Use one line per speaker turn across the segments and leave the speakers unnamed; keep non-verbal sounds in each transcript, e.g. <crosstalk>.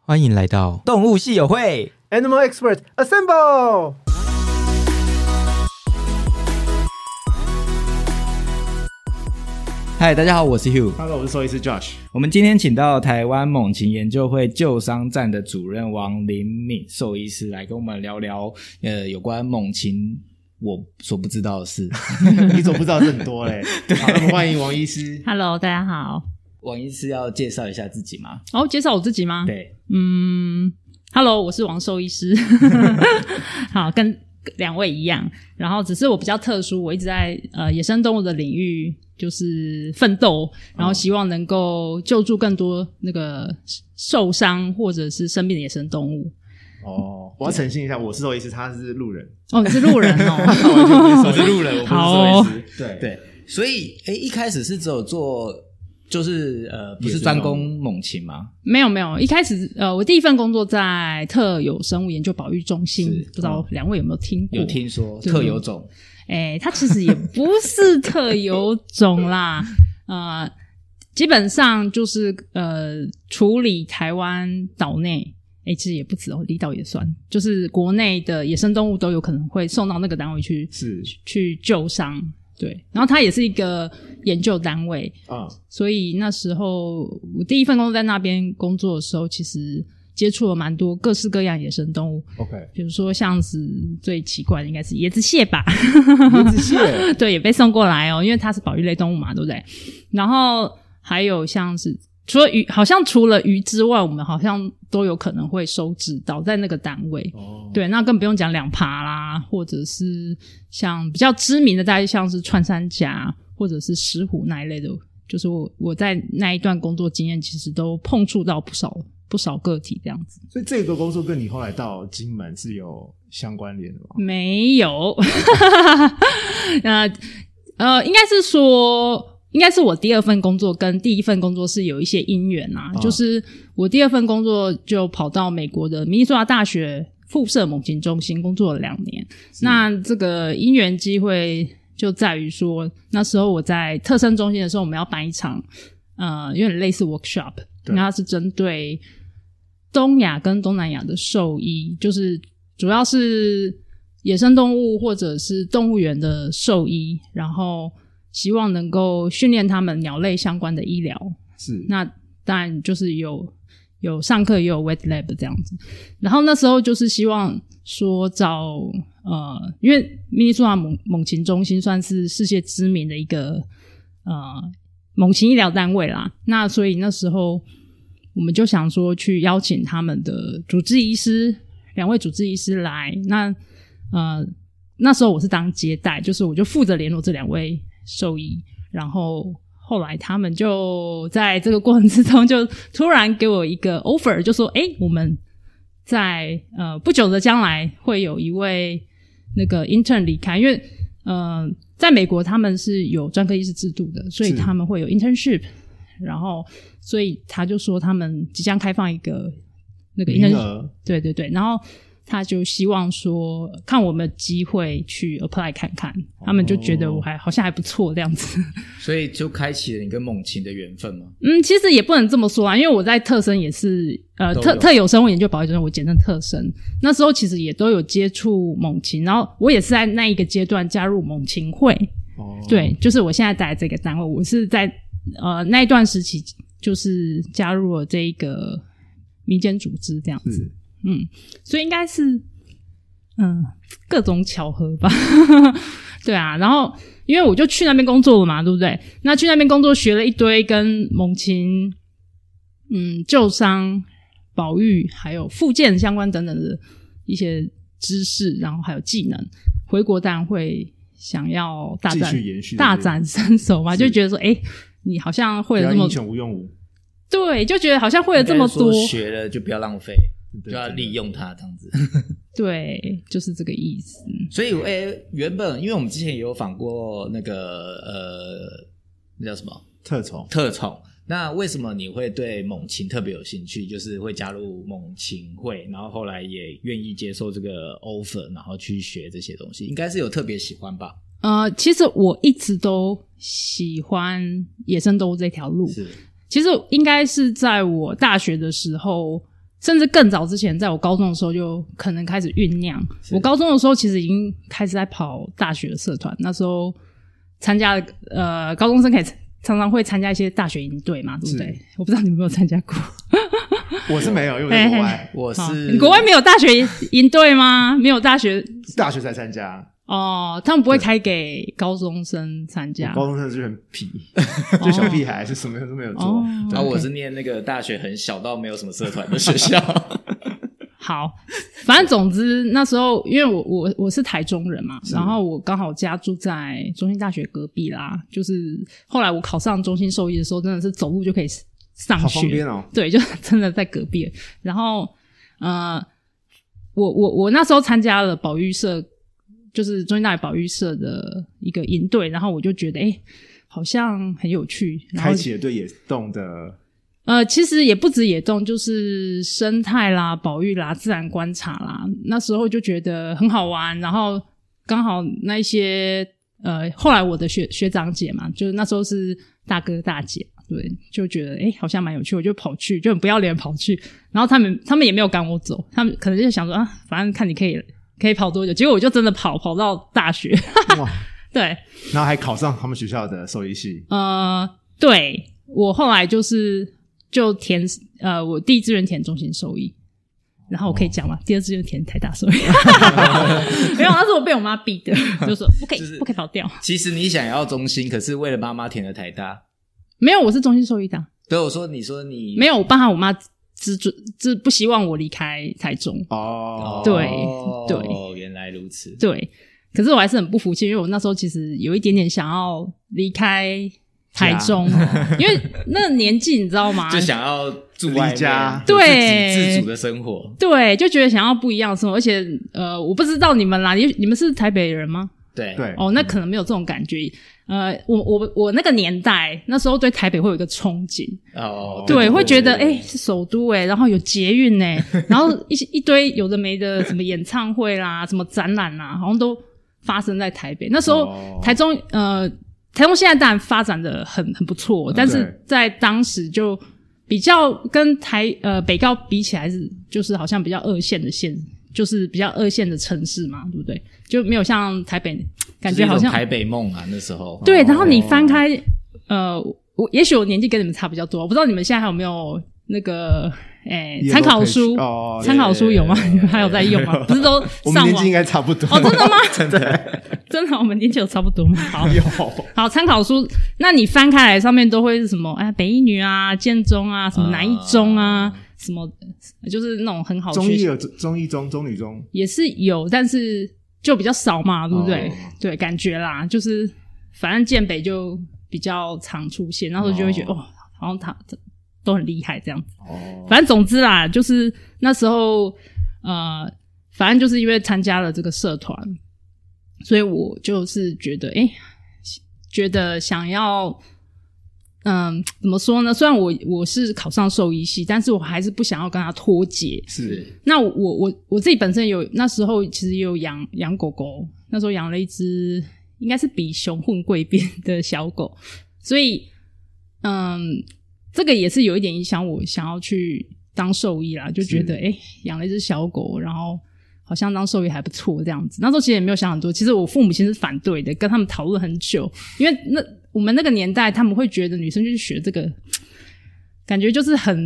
欢迎来到动物系友会。
Animal Expert Assemble！
嗨，大家好，我是 Hugh。
Hello，我是兽医师 Josh。
我们今天请到台湾猛禽研究会救伤站的主任王林敏兽医师来跟我们聊聊，呃，有关猛禽我所不知道
<laughs>
的事。
<laughs> 你总不知道这很 <laughs> 多嘞。好，那么欢迎王医 <laughs> 师。
Hello，大家好。
王医师要介绍一下自己吗？
哦，介绍我自己吗？，
对，
嗯，Hello，我是王兽医 <laughs> 师。好，跟两位一样，然后只是我比较特殊，我一直在呃野生动物的领域就是奋斗，然后希望能够救助更多那个受伤或者是生病的野生动 <laughs> 物。
哦，我要澄清一下，我是兽医师，他是路人。
哦，你是路
<laughs>
人 <laughs>
我
哦。
是路人，我
好
不是兽医师。哦对，
对，所以，诶，一开始是只有做，就是呃，不
野
是
生
专
动
攻猛禽吗？
没有没有，一开始呃，我第一份工作在特有生物研究保育中心
是，
不知道两位有没有听
嗯
过？
有听说
对
特有种，
哎、它其实也不是特有种啦，呃，基本上就是呃处理台湾岛内，哎、其实也不止哦，离岛也算，就是国内的野生动物都有可能会送到那个单位去
是
去救伤，对，然后它也是一个研究单位，
啊，
所以那时候我第一份工作在那边工作的时候，其实接触了蛮多各式各样野生动物，
OK，
比如说像是最奇怪的应该是椰子蟹吧，
椰子
<laughs>
蟹
<laughs> 对，也被送过来哦，因为它是保育类动物嘛，对不对？然后还有像是除了鱼，好像除了鱼之外，我们好像都有可能会收治到在那个单位。
哦，
对，那更不用讲两爬啦，或者是像比较知名的，大概像是穿山甲或者是石虎那一类的，就是我我在那一段工作经验，其实都碰触到不少不少个体这样子。
所以这个工作跟你后来到金门是有相关联的吗？
没有， <laughs> 呃呃，应该是说，应该是我第二份工作跟第一份工作是有一些因缘啊。
啊
就是我第二份工作就跑到美国的明尼苏达大学辐射猛禽中心工作了两年。那这个因缘机会就在于说，那时候我在特生中心的时候，我们要办一场呃，有点类似 workshop，
对
那它是针对东亚跟东南亚的兽医，就是主要是野生动物或者是动物园的兽医，然后希望能够训练他们鸟类相关的医疗。
是
那当然就是有有上课，也有 wet lab 这样子。然后那时候就是希望说找呃，因为明尼苏达猛猛禽中心算是世界知名的一个呃猛禽医疗单位啦。那所以那时候我们就想说去邀请他们的主治医师，两位主治医师来。那呃，那时候我是当接待，就是我就负责联络这两位兽医，然后后来他们就在这个过程之中，就突然给我一个 offer，就说：“哎、我们在呃不久的将来会有一位那个 intern 离开，因为呃，在美国他们是有专科医师制度的，所以
是
他们会有 internship，然后所以他就说他们即将开放一个那个 internship
名额
对对对，然后他就希望说，看我们有机会去 apply 看看，
哦
他们就觉得我还好像还不错这样子。 <laughs>
所以就开启了你跟猛禽的缘分吗？
嗯，其实也不能这么说啊，因为我在特生也是呃
都有
特特有生物研究保育中心，我简称特生。那时候其实也都有接触猛禽，然后我也是在那一个阶段加入猛禽会，
哦，
对，就是我现在在这个单位，我是在呃那一段时期就是加入了这一个民间组织这样子。
是
嗯，所以应该是嗯各种巧合吧， <laughs> 对啊。然后因为我就去那边工作了嘛，对不对？那去那边工作学了一堆跟猛禽、嗯救伤、保育还有复健相关等等的一些知识，然后还有技能。回国当然会想要大
继
展
续延续
大展身手嘛，
是
就觉得说，哎、你好像
不
会了
要
这么
英雄无用武，
对，就觉得好像会了这么
应该说
多，
学了就不要浪费，就要
啊
利用它这样子。
对，就是这个意思。
所
嗯
以，诶、原本因为我们之前也有访过那个呃，那叫什么
特宠。
特宠，那为什么你会对猛禽特别有兴趣？就是会加入猛禽会，然后后来也愿意接受这个 offer，然后去学这些东西，应该是有特别喜欢吧？
呃，其实我一直都喜欢野生动物这条路。
是
其实应该是在我大学的时候甚至更早之前，在我高中的时候就可能开始酝酿。我高中的时候其实已经开始在跑大学的社团，那时候参加了呃高中生可以常常会参加一些大学营队嘛，对不对？我不知道你们有没有参加过？
我是没有，因为我在国
嘿
外，
我
好
是
你国外没有大学营营队吗？没有大学
大学才参加，
哦，他们不会开给高中生参加
我高中生就很皮，
<laughs>
就小屁孩，是什么都没有做
哦。
对
啊，我
OK
是念那个大学很小到没有什么社团的学校，
<laughs> 好，反正总之那时候，因为我我我是台中人嘛，然后我刚好家住在中心大学隔壁啦，就是后来我考上中心兽医的时候，真的是走路就可以上
好方
学，
便哦。
对，就 <laughs> 真的在隔壁。然后呃，我我我那时候参加了保育社，就是中心大学保育社的一个营队，然后我就觉得哎、诶好像很有趣，然后
开启了对野动的，
呃，其实也不止野动，就是生态啦、保育啦、自然观察啦。那时候就觉得很好玩，然后刚好那一些呃，后来我的学学长姐嘛，就是那时候是大哥大姐，对，就觉得诶好像蛮有趣，我就跑去，就很不要脸跑去。然后他们他们也没有赶我走，他们可能就想说啊，反正看你可以可以跑多久。结果我就真的跑跑到大学， <laughs>
哇！
对，
然后还考上他们学校的兽医系，
呃，对我后来就是就填呃，我第一志愿填中心兽医，然后我可以讲吗？第二志愿填台
<laughs>
大兽医，没有，那是我被我妈逼的，就说不可以、
就是
不可以跑掉。
其实你想要中心，可是为了妈妈填了台大。
没有，我是中心兽医的啊，
对，我说你说你
没有，我爸和我妈只准只不希望我离开台中，
哦，
对
哦，
对
原来如此。
对，可是我还是很不服气，因为我那时候其实有一点点想要离开台中，哦
<laughs>
因为那个年纪你知道吗？
就想要住外面
离家
有自
对
己自主的生活。
对，就觉得想要不一样的生活，而且呃，我不知道你们啦，你你们是台北人吗？
对
对，
哦，那可能没有这种感觉。呃，我我我那个年代，那时候对台北会有一个憧憬，
哦，
对，会觉得哎、
对
诶是首都哎、然后有捷运哎、
<laughs>
然后一些一堆有的没的什么演唱会啦、什么展览啦，好像都发生在台北。那时候
哦
台中呃，台中现在当然发展的很很不错，但是在当时就比较跟台呃北高比起来是就是好像比较二线的县，就是比较二线的城市嘛，对不对？就没有像台北感觉好
就是一
像
种台北梦啊，那时
哦
候
对，然后你翻开，呃，我也许我年纪跟你们差比较多，我不知道你们现在还有没有那个，诶、
Yellow
参考
page，
书，
哦
参考书有吗？
对对对
你 <laughs> 们还有在用吗？不是都
<laughs> 我们
上
年纪
网
应？该差不多
哦，真的吗？真的， <laughs> 真的，我们年纪有差不多吗？
<laughs>
好，
有
好，参考书，那你翻开来上面都会是什么？哎，北一女啊，建中啊，什么南一中啊，
啊
什么，就是那种很好的
中
学
医
校
有中医中中女中，
也是有，但是就比较少嘛，对不对？
哦
对，感觉啦，就是反正建北就比较常出现，那时候就会觉得
哦
哦，好像他都很厉害这样子。
哦，
反正总之啦，就是那时候呃，反正就是因为参加了这个社团，所以我就是觉得，哎、觉得想要。嗯，怎么说呢？虽然我我是考上兽医系，但是我还是不想要跟他脱节，
是
那我我我我自己本身有那时候其实也有养养狗狗，那时候养了一只应该是比熊混贵宾的小狗，所以嗯，这个也是有一点影响我想要去当兽医啦，就觉得
是
哎养、了一只小狗，然后好像当兽医还不错这样子。那时候其实也没有想很多，其实我父母亲是反对的，跟他们讨论很久，因为那我们那个年代他们会觉得女生去学这个。感觉就是很，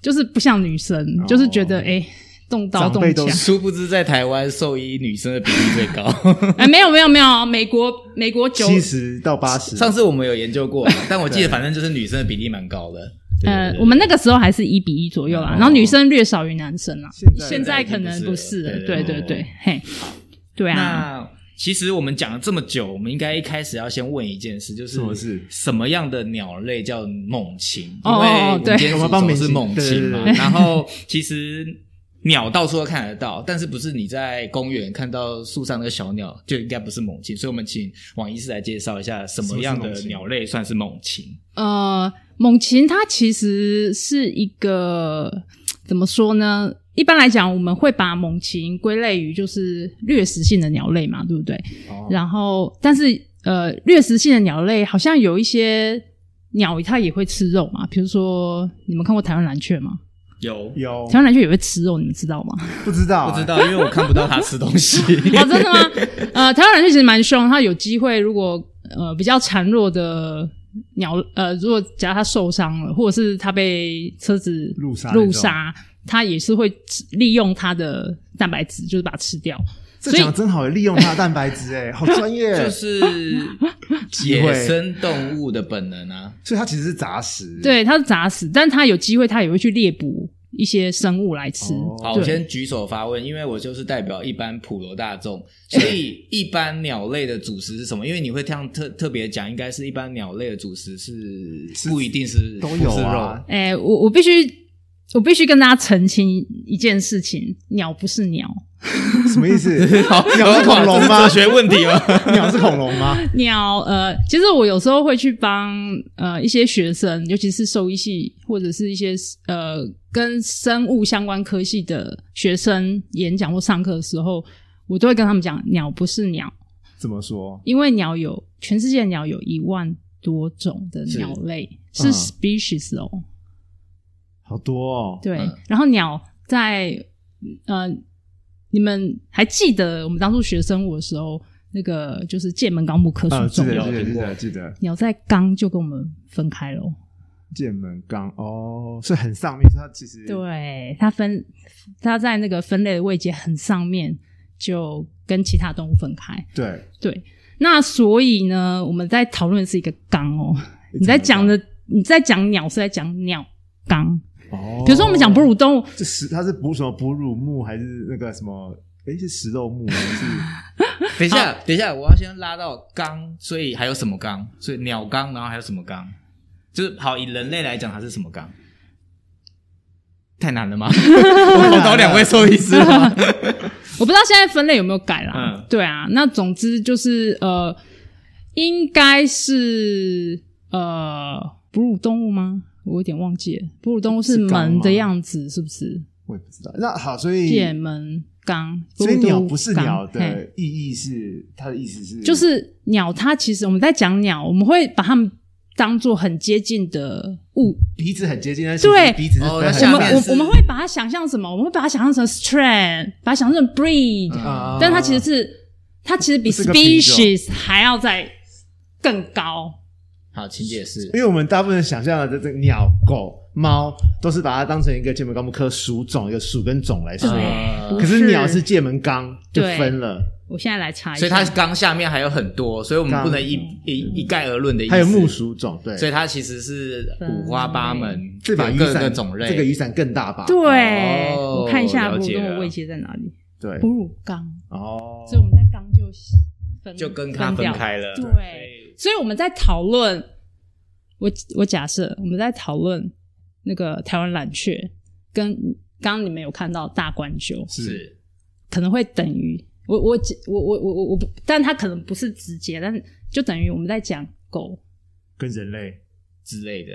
就是不像女生，
哦
就是觉得哎、诶动刀
长
动
辈都
枪。
殊不知在台湾兽医女生的比例最 <laughs> 高。
哎，没有没有没有，美国美国九
七十到八十，
上次我们有研究过，但我记得反正就是女生的比例蛮高的。对
呃
对，对
我们那个时候还是一比一左右啦，啊
哦
然后女生略少于男生啦，啊
现在
现在可能不是了，对对对，嘿，对啊，
那其实我们讲了这么久，我们应该一开始要先问一件事，就是
什么事
什么样的鸟类叫猛禽？
哦哦
因
哦
为我们今
对
天
我
主
们帮
轴
猛
是
禽
猛禽嘛。
对对对对
然后其实鸟到处都看得到，但是不是你在公园看到树上那个小鸟就应该不是猛禽？所以我们请王医师来介绍一下什么样的鸟类算是猛禽。
呃，猛禽它其实是一个怎么说呢？一般来讲，我们会把猛禽归类于就是掠食性的鸟类嘛，对不对？
哦
然后，但是呃，掠食性的鸟类好像有一些鸟它也会吃肉嘛，比如说你们看过台湾蓝雀吗？
有
有
台湾蓝雀也会吃肉，你们知道吗？
不知道、欸
不知，道，因为我看不到他吃东
<laughs>
西。
哦，真的吗？呃，台湾蓝雀其实蛮凶，它有机会如果呃比较孱弱的鸟，呃，如果假如它受伤了，或者是它被车子
路杀那种
路杀，它也是会吃利用它的蛋白质，就是把它吃掉。
这
所以
讲得真好，欸利用它的蛋白质，哎，好专
<laughs>
业。
就是
<laughs> 机
野
会
生动物的本能啊，
所以它其实是杂食。，
<laughs> 对，它是杂食，但它有机会，它也会去猎捕一些生物来吃。
哦
好，
对
我先举手发问，因为我就是代表一般普罗大众，所以一般鸟类的主食是什么？因为你会这样特特别讲，应该是一般鸟类的主食是
是
不一定是
都有
不是
啊
肉，
哎、我我必须。我必须跟大家澄清一件事情：鸟不是鸟，
什么意
<laughs>
思？ <laughs>
好
鸟是恐龙
<laughs>
吗
这是哲学问题哦吗？
鸟是恐龙吗？
鸟呃，其实我有时候会去帮呃一些学生，尤其是兽医系或者是一些呃跟生物相关科系的学生演讲或上课的时候，我都会跟他们讲，鸟不是鸟，
怎么说？
因为鸟有全世界鸟有一万多种的鸟类是
嗯
species 哦，
好多哦。
对，
嗯
然后鸟在呃，你们还记得我们当初学生物的时候，那个就是界门纲目科属
嗯，记
种
得
类。
记得记得记得，
鸟在刚就跟我们分开了哦，
剑门纲哦，所以很上面，所以它其实
对，它分它在那个分类的位阶很上面，就跟其他动物分开。
对，
对，那所以呢，我们在讨论的是一个纲哦，你在讲的你在讲鸟是在讲鸟纲，
哦。
比如说我们讲哺乳动物，
这食它是哺什么哺乳目还是那个什么？诶，是食肉目还是？
等一下，等一下，我要先拉到纲，所以还有什么纲？所以鸟纲，然后还有什么纲？就是好，以人类来讲，它是什么纲？太难了
<laughs>
吗？我考到两位兽医师了吗。
我不知道现在分类有没有改啦。
嗯
对啊，那总之就是呃，应该是呃哺乳动物吗？我有点忘记了，哺乳动物是
是纲
门
吗
的样子，是不是？
我也不知道。那好，所以
界门纲，
所以
哺乳
鸟
动物
不是
纲
鸟
嘿
的意义是它的意思是
就是鸟，它其实我们在讲鸟，我们会把它们当做很接近的物。
鼻子很接近，但是其实
对
鼻子是
哦
分
那
我
很
下
们
开
面
我
是
我们会把它想象什么？我们会把它想象成 strand，把它想象成 breed，、
啊
但它其实是它其实比
是个品种
species 还要再更高。
好，请解释。
因为我们大部分想象的这这鸟、狗、猫都是把它当成一个界门纲目科属种，一个属跟种来说。
对
可是鸟是界门纲就分了，
我现在来查一
所
下，
以它纲下面还有很多，所以我们
纲
不能一一一概而论的意思。
还有木，属种，对，
所以它其实是五花八
嗯
门，
这把
有
雨
各个
伞
种类。
这个雨伞更大把，
对、
哦
我看一下
了
哺乳
解
动
了
物位阶在哪里？
对
哺乳纲，
哦，
所以我们在纲就分
就跟它分
掉
开了。
对，所以我们在讨论，我我假设我们在讨论那个台湾蓝雀，跟刚刚你们有看到大冠鹫，
是
可能会等于我我我我我我我不，但它可能不是直接，但就等于我们在讲狗，
跟人类
之类的。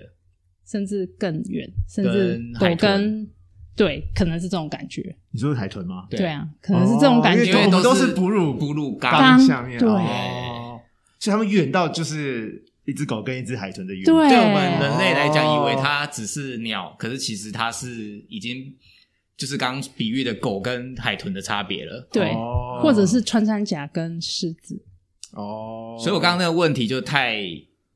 甚至更远，甚至
跟海
狗
豚
跟对，可能是这种感觉，
你说是海豚吗？
对
对啊，可能是这种感
哦
觉
因
因，为
为
我们
都
都
是
是哺乳
哺乳纲
纲
纲
下面
对
哦，所以他们远到就是一只狗跟一只海豚的远，
对
对我们人类来讲，
哦
以为它只是鸟，可是其实它是已经就是刚刚比喻的狗跟海豚的差别了。
对，
哦
或者是穿山甲跟狮子，
哦，
所以我刚刚那个问题就太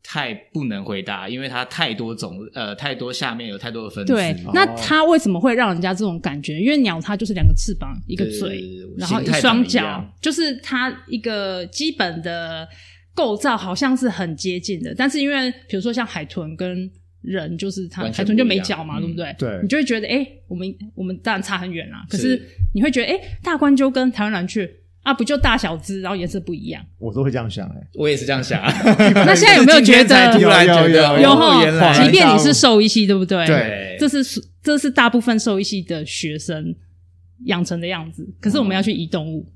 太不能回答，因为它太多种，呃，太多下面有太多的分支。
对
哦，
那它为什么会让人家这种感觉？因为鸟它就是两个翅膀、一个嘴，
呃
然后
形
一
态
双
长一
脚
样，
就是它一个基本的构造好像是很接近的。但是因为比如说像海豚跟人，就是它
完全
海豚就
不一
没
样
脚嘛，
嗯
对不对？
对
你就会觉得哎、诶我们我们当然差很远啦。可是
是
你会觉得哎、诶大冠鹫跟台湾蓝雀啊，不就大小只，然后颜色不一样？
我都会这样想，哎，
我也是这样想。
<laughs> 那现在有没
<laughs>
有觉得
突然觉得
有
有
哦
哈
原来，
即便你是兽医系，对不对？
对
这是这是大部分兽医系的学生养成的样子。可是
哦
我们要去移动物，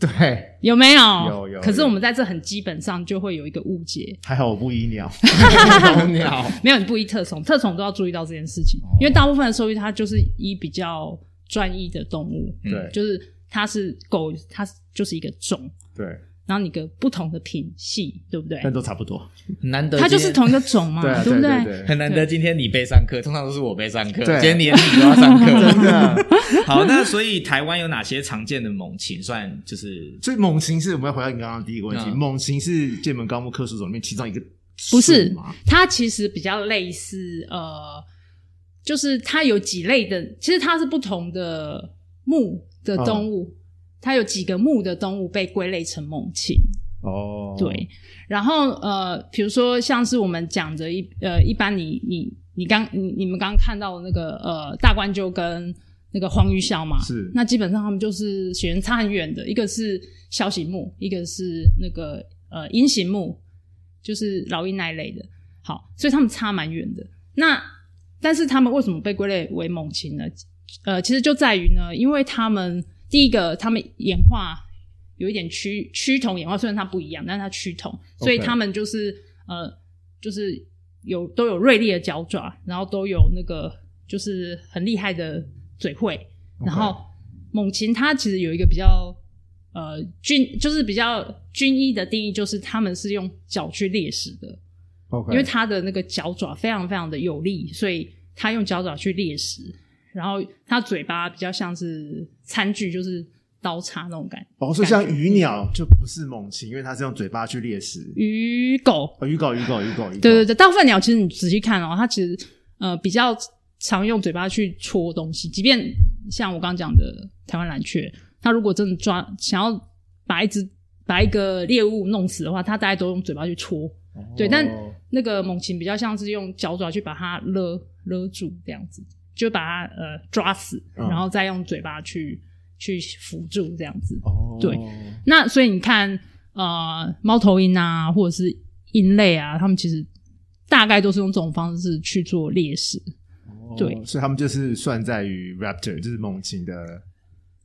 对，
有没有？
有有
可是我们在这很基本上就会有一个误解，
还好我不依鸟，
<laughs> 鸟
没有你不依特宠，特宠都要注意到这件事
哦
情，因为大部分的兽医它就是医比较专一的动物，
嗯
对
就是它是狗，它就是一个种。
对，
然后你个不同的品系，对不对？
但都差不多。
很难得今天，
它就是同一个种
<laughs>
嘛，
对啊，
啊不
对对，
很难得。今天你被上课，通常都是我被上课。
对
今天连你都要
<laughs>
上课，真
的。
<laughs> 好，那所以台湾有哪些常见的猛禽算就是
所以猛禽是我们要回到你刚刚的第一个问题，
嗯
猛禽是剑门纲目科属种里面其中一个属
不是
吗，
它其实比较类似呃，就是它有几类的，其实它是不同的目的动物，它有几个目的动物被归类成猛禽。
哦，
对，然后呃，比如说像是我们讲的一呃，一般你你你刚你你们刚看到的那个呃大冠鹫跟那个黄鱼鸮嘛，
是
那基本上他们就是血缘差很远的，一个是枭形目，一个是那个呃鹰形目，就是老鹰那一类的。好，所以他们差蛮远的。那但是他们为什么被归类为猛禽呢？呃，其实就在于呢，因为他们第一个，他们演化有一点趋趋同演化，虽然它不一样，但是它趋同，所以
OK
他们就是呃，就是有都有锐利的脚爪，然后都有那个就是很厉害的嘴喙，然后猛禽它其实有一个比较呃均，就是比较均一的定义，就是他们是用脚去猎食的，
，OK，
因为它的那个脚爪非常非常的有力，所以它用脚爪去猎食，然后它嘴巴比较像是餐具，就是刀叉那种感觉。
哦，所以像鱼鸟就不是猛禽，因为它是用嘴巴去猎食。
鱼狗，
哦，鱼狗，鱼狗，鱼狗，鱼狗。
对对对，大部分鸟其实你仔细看哦，它其实呃比较常用嘴巴去戳东西，即便像我刚刚讲的台湾蓝雀，它如果真的抓想要把一只把一个猎物弄死的话，它大概都用嘴巴去戳。对，但那个猛禽比较像是用脚爪去把它勒勒住这样子，就把它呃抓死，
嗯
然后再用嘴巴去去扶住这样子。
哦，
对那所以你看，呃，猫头鹰啊，或者是鹰类啊，它们其实大概都是用这种方式去做猎食。
哦
对
所以他们就是算在于 raptor，就是猛禽的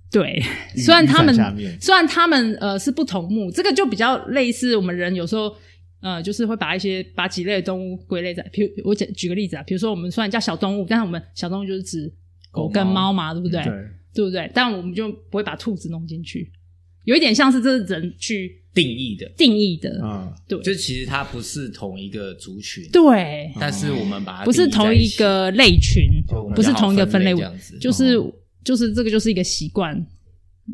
对，
雨
虽然他们
伞下面
虽然他们呃是不同目，这个就比较类似我们人有时候呃就是会把一些把几类的动物归类在，比如我举举个例子啊，比如说我们虽然叫小动物，但是我们小动物就是指狗跟
狗猫
猫嘛，对不对？
对
对不对？但我们就不会把兔子弄进去，有一点像是这是人去
定义的？
定义的，
嗯
啊，
对
就其实它不是同一个族群，
对，
但是我们把它
不是
定义在
同
一
一
起，
个类群
就我，们
不是
比较好
同一个分类
这，样子。哦
就是就是这个就是一个习惯，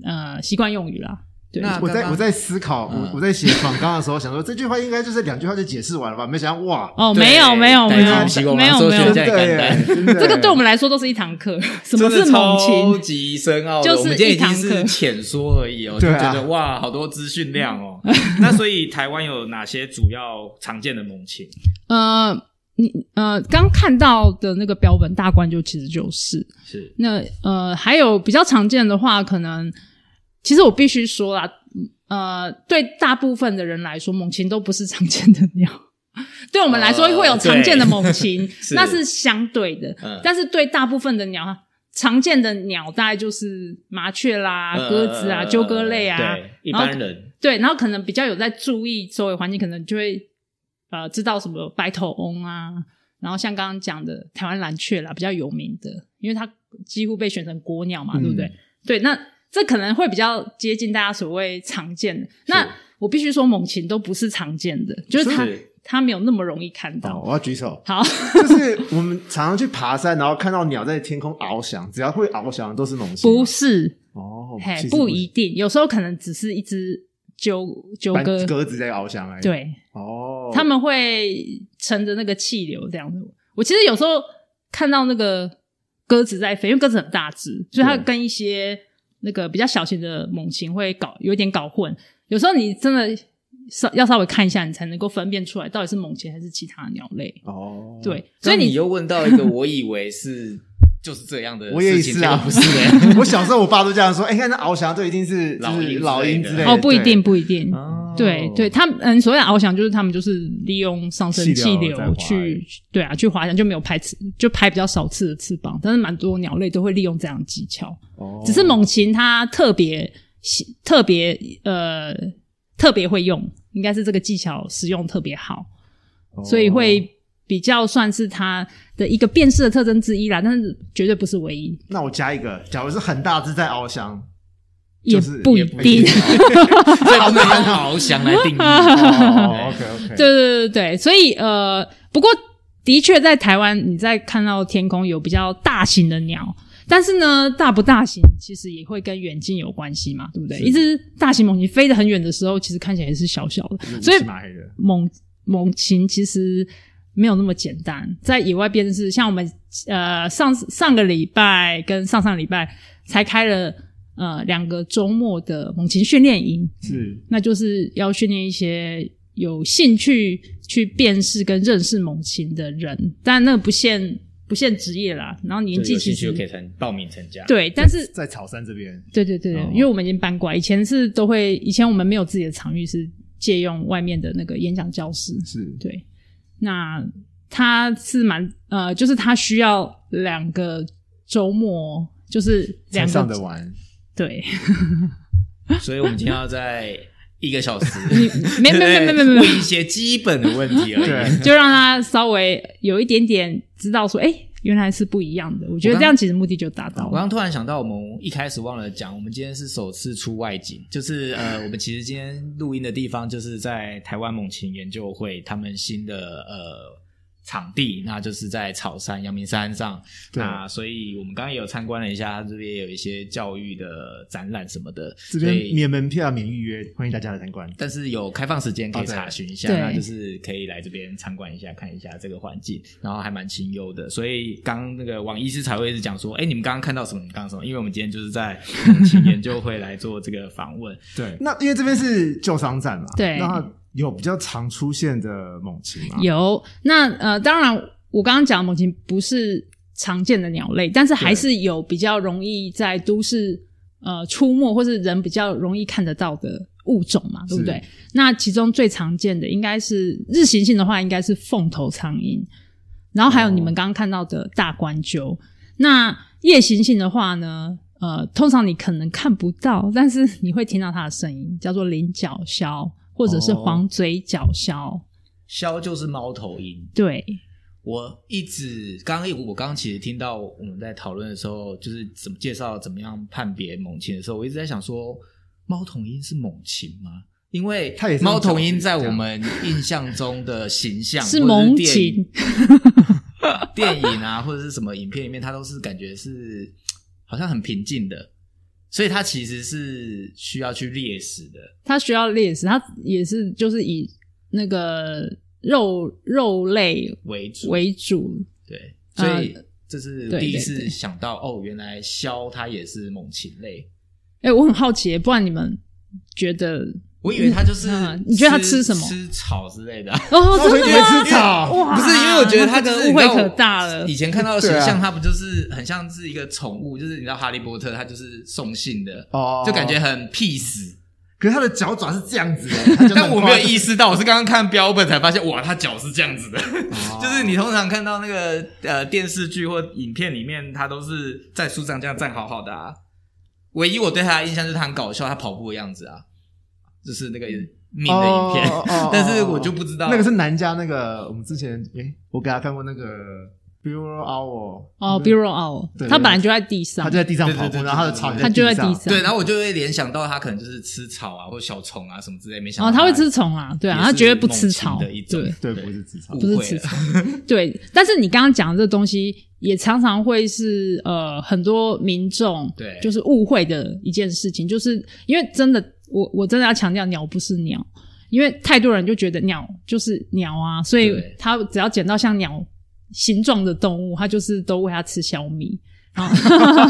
呃，习惯用语啦。对，
那
我
刚
在
刚
我在思考，我
嗯
我在写访纲的时候想说，这句话应该就是两句话就解释完了吧？没想到哇，
哦，
对
没有没有
但
没有
是奇怪我
没
们
有
搜
没
寻一
有
下，
<laughs> 真的耶， <laughs> 真的
这个对我们来说都是一堂课。什
真
么
的
是猛
超
禽？
级深奥的，
就是
我们今天已
一堂
经是
课
浅说而已哦，就
对啊
觉得哇，好多资讯量
<laughs>
哦。那所以台湾有哪些主要常见的猛禽？
呃，你呃刚看到的那个标本大冠就其实就是
是
那呃还有比较常见的话，可能其实我必须说啦，呃，对大部分的人来说，猛禽都不是常见的鸟。对我们来说
呃
会有常见的
对
猛禽，
<laughs> 是
那是相对的。
嗯
但是对大部分的鸟，常见的鸟大概就是麻雀啦、鸽子啊、
呃
鸠鸽类啊，
对一般人
对，然后可能比较有在注意周围环境，可能就会呃知道什么白头翁啊，然后像刚刚讲的台湾蓝雀啦，比较有名的，因为它几乎被选成国鸟嘛，对不对？
嗯
对，那这可能会比较接近大家所谓常见的。那我必须说，猛禽都不是常见的，就是它
是
它没有那么容易看
好，
到。
我要举手。
好，
就是我们常常去爬山，然后看到鸟在天空翱翔，只要会翱翔的都是猛禽吗。
不是，
哦，
嘿
其，实
不
是
一定，有时候可能只是一只鸠鸠
白
鸽，
鸽子在翱翔而已。，
对，
哦，
他们会乘着那个气流这样子。我其实有时候看到那个鸽子在飞，因为鸽子很大只，所以它
对
跟一些那个比较小型的猛禽会搞有点搞混。有时候你真的稍要稍微看一下，你才能够分辨出来到底是猛禽还是其他鸟类。
哦，
对，所以
那你
你
又问到一个我以为是 <laughs> 就是这样的事情，
我也是
结
啊
果，不是
<laughs>
哎、欸。
我小时候我爸都这样说，哎、看那翱翔就一定是
老
就
鹰之类
是
的
老鹰之类的
哦，不一定，
对
不一定。
哦
对对，他们嗯，所谓的翱翔就是他们就是利用上升气
气流在滑
流去对啊去滑翔，就没有拍翅，就拍比较少次的翅膀，但是蛮多鸟类都会利用这样的技巧。
哦
只是猛禽它特别喜特别呃特别会用，应该是这个技巧使用特别好，
哦
哦
所以会比较算是它的一个辨识的特征之一啦，但是绝对不是唯一。
那我加一个，假如是很大只在翱翔，
也
就是
不一
也不一
定。 <laughs>
定所以不能用翱翔来定义。
哦，OK OK，
对对对对，所以呃，不过的确在台湾，你在看到天空有比较大型的鸟，但是呢，大不大型其实也会跟远近有关系嘛，对不对？一只大型猛禽飞得很远的时候，其实看起来也是小小的，所以
是马黑的
猛猛禽其实没有那么简单，在野外辨识，像我们呃上上个礼拜跟上上礼拜才开了呃两个周末的猛禽训练营，
是
那就是要训练一些有兴趣去辨识跟认识猛禽的人，但那个不限不限职业啦，然后年纪
有
其
兴趣
实
就可以参报名参加。，
对，但是
在草山这边，
对对对对，
哦
因为我们已经搬过来，以前是都会，以前我们没有自己的场域，是借用外面的那个演讲教室。
是
对，那他是蛮呃，就是他需要两个周末，就是
山
两
上的
个
玩，
对，
所以我们今天要在一个小时，
没没没没没没
<laughs>
没
问一些基本的问题而已。
对，
就让他稍微有一点点知道说，哎、原来是不一样的。我觉
我
得
刚
这样其实目的就达到
我
了。
刚突然想到，我们一开始忘了讲，我们今天是首次出外景，就是呃，我们其实今天录音的地方就是在台湾猛禽研究会他们新的呃场地，那就是在草山阳明山上。
对
那所以我们刚刚也有参观了一下，它这边也有一些教育的展览什么的，
这
所
边
以
免门票免预约，欢迎大家来参观。
但是有开放时间可以
哦对
查询一下，
对
那就是可以来这边参观一下，看一下这个环境，然后还蛮清幽的。所以刚那个王医师才会一直讲说，哎、你们刚刚看到什么？你们刚刚什么？因为我们今天就是在 <laughs> 猛禽研究会来做这个访问，
对，那因为这边是旧商站嘛，
对
那有比较常出现的猛禽吗？
有那呃，当然我刚刚讲的猛禽不是常见的鸟类，但是还
对
是有比较容易在都市呃出没或是人比较容易看得到的物种嘛，对不对？那其中最常见的应该是日行性的话，应该是凤头苍蝇，然后还有你们刚刚看到的大冠鸠。那夜行性的话呢，呃，通常你可能看不到，但是你会听到它的声音，叫做菱角鸮或者是
哦
黄嘴角鸮。
枭就是猫头鹰。
对，
我一直刚刚我刚刚其实听到我们在讨论的时候，就是怎么介绍怎么样判别猛禽的时候，我一直在想说，猫头鹰是猛禽吗？因为
它也是
猫头鹰
这
在
样
我们印象中的形象
是
或者
猛
电影
禽，
电影啊，或者是什么影片里面，它都是感觉是好像很平静的，所以它其实是需要去猎食的。
它需要猎食，它也是就是以那个肉肉类
为主
为主。
对，所以这是
嗯对
第一
对
次
对
想到哦，原来枭它也是猛禽类，
哎、我很好奇，不然你们觉得
我以为它就是
嗯你觉得它吃什么
吃草之类的。
哦，
猫头
真
鹰
的
也
吗？
吃草，
哇，
不 <laughs> 是，因为我觉得它就
那
是
这个误会可大了
你知道我以前看到的形
对
象，
啊
它不就是很像是一个宠物，就是你知道哈利波特，它就是送信的，
哦
就感觉很 peace。
可是它的脚爪是这样
<laughs>
子的，哦它就
但我没有意
思，
识到，我是刚刚看标本才发现，哇，它脚是这样子的。
哦
就是你通常看到那个呃电视剧或影片里面，它都是在树上这样站好好的啊。唯一我对它的印象就是它很搞笑，它跑步的样子啊，就是那个命的影片。
哦哦
<laughs>
哦哦
但是我就不知道
那个是南加那个，我们之前诶，我给他看过那个 Bureau Hour
哦 b u r o o
嗯对
w 它本来就在地上，
他就在地上
对对
跑
对
步，
对
然后他的
对
草也
对
它就在地
上，
上，
对，然后我就会联想到它可能就是吃草啊，或小虫啊什么之类，没想到
哦，它会吃虫啊，对啊，
也是
它绝对不吃草
猛禽的一，种
对
对，不是自草 <laughs>
误，
不是
会啊
吃
了
草，对。但是你刚刚讲的这个东西，也常常会是呃很多民众
对
就是误会的一件事情，就是因为真的，我我真的要强调，鸟不是鸟，因为太多人就觉得鸟就是鸟啊，所以
对
他只要捡到像鸟形状的动物，他就是都喂它吃
<laughs>
小米，然后